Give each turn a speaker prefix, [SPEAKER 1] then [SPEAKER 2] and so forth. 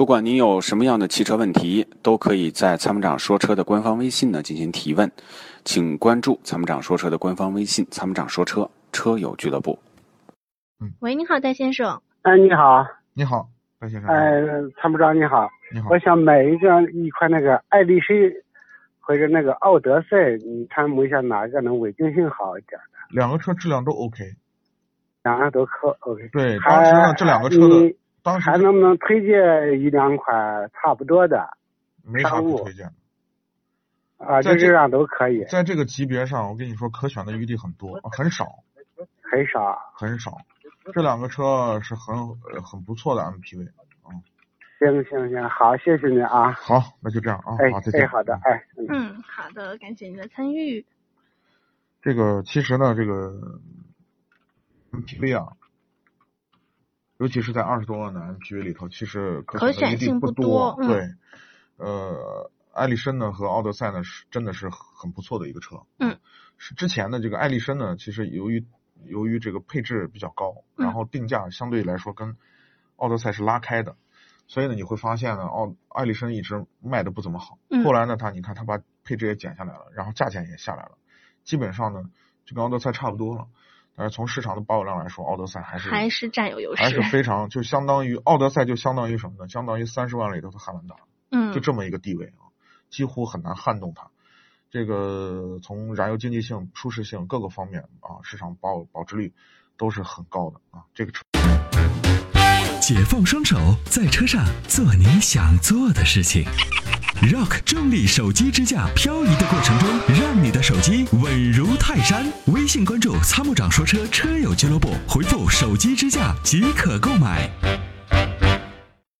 [SPEAKER 1] 不管您有什么样的汽车问题，都可以在参谋长说车的官方微信呢进行提问，请关注参谋长说车的官方微信“参谋长说车车友俱乐部
[SPEAKER 2] 喂，你好，戴先生。
[SPEAKER 3] 哎，你好，
[SPEAKER 4] 你好，嗯白先生。
[SPEAKER 3] 哎，参谋长你好，
[SPEAKER 4] 你好，
[SPEAKER 3] 我想买一辆一款那个爱丽绅或者那个奥德赛，你参谋一下哪一个能稳定性好一点？
[SPEAKER 4] 两个车质量都 OK。
[SPEAKER 3] 两个都可 OK。
[SPEAKER 4] 对，
[SPEAKER 3] 还
[SPEAKER 4] 当时呢，这两个车
[SPEAKER 3] 你
[SPEAKER 4] 的当时
[SPEAKER 3] 还能不能推荐一两款差不多的
[SPEAKER 4] 没啥可推荐的，在
[SPEAKER 3] 啊？就
[SPEAKER 4] 这
[SPEAKER 3] 质量都可以，
[SPEAKER 4] 在这个级别上，我跟你说，可选的余地很多，啊很少，
[SPEAKER 3] 很少。
[SPEAKER 4] 很少。这两个车是很呃很不错的 MPV。
[SPEAKER 3] 行行行，好，谢谢你啊。
[SPEAKER 4] 好，那就这样啊，
[SPEAKER 3] 哎
[SPEAKER 4] 好，再见。
[SPEAKER 3] 哎，好的，哎，嗯
[SPEAKER 2] 嗯，好的，感谢您的参与。
[SPEAKER 4] 这个其实呢，这个 MPV 啊，尤其是在二十多万的 MPV 里头，其实
[SPEAKER 2] 可
[SPEAKER 4] 可
[SPEAKER 2] 选
[SPEAKER 4] 选的余
[SPEAKER 2] 性
[SPEAKER 4] 地
[SPEAKER 2] 不
[SPEAKER 4] 多。
[SPEAKER 2] 多嗯
[SPEAKER 4] 对，呃，艾力绅呢和奥德赛呢是真的是很不错的一个车。
[SPEAKER 2] 嗯，
[SPEAKER 4] 是之前的这个艾力绅呢，其实由于由于这个配置比较高，
[SPEAKER 2] 嗯
[SPEAKER 4] 然后定价相对来说跟奥德赛是拉开的，所以呢，你会发现呢，奥艾力绅一直卖的不怎么好。
[SPEAKER 2] 嗯
[SPEAKER 4] 后来呢，他你看他把配置也减下来了，然后价钱也下来了，基本上呢就跟奥德赛差不多了。但是从市场的保有量来说，奥德赛还是
[SPEAKER 2] 还是占有优势
[SPEAKER 4] 还是非常就相当于奥德赛就相当于什么呢？相当于三十万里头的汉兰达，
[SPEAKER 2] 嗯，
[SPEAKER 4] 就这么一个地位啊，几乎很难撼动它。这个从燃油经济性、舒适性各个方面啊，市场保保值率都是很高的啊。这个车。
[SPEAKER 5] 解放双手，在车上做你想做的事情。Rock 重力手机支架，漂移的过程中，让你的手机稳如泰山。微信关注“参谋长说车”车友俱乐部，回复“手机支架”即可购买。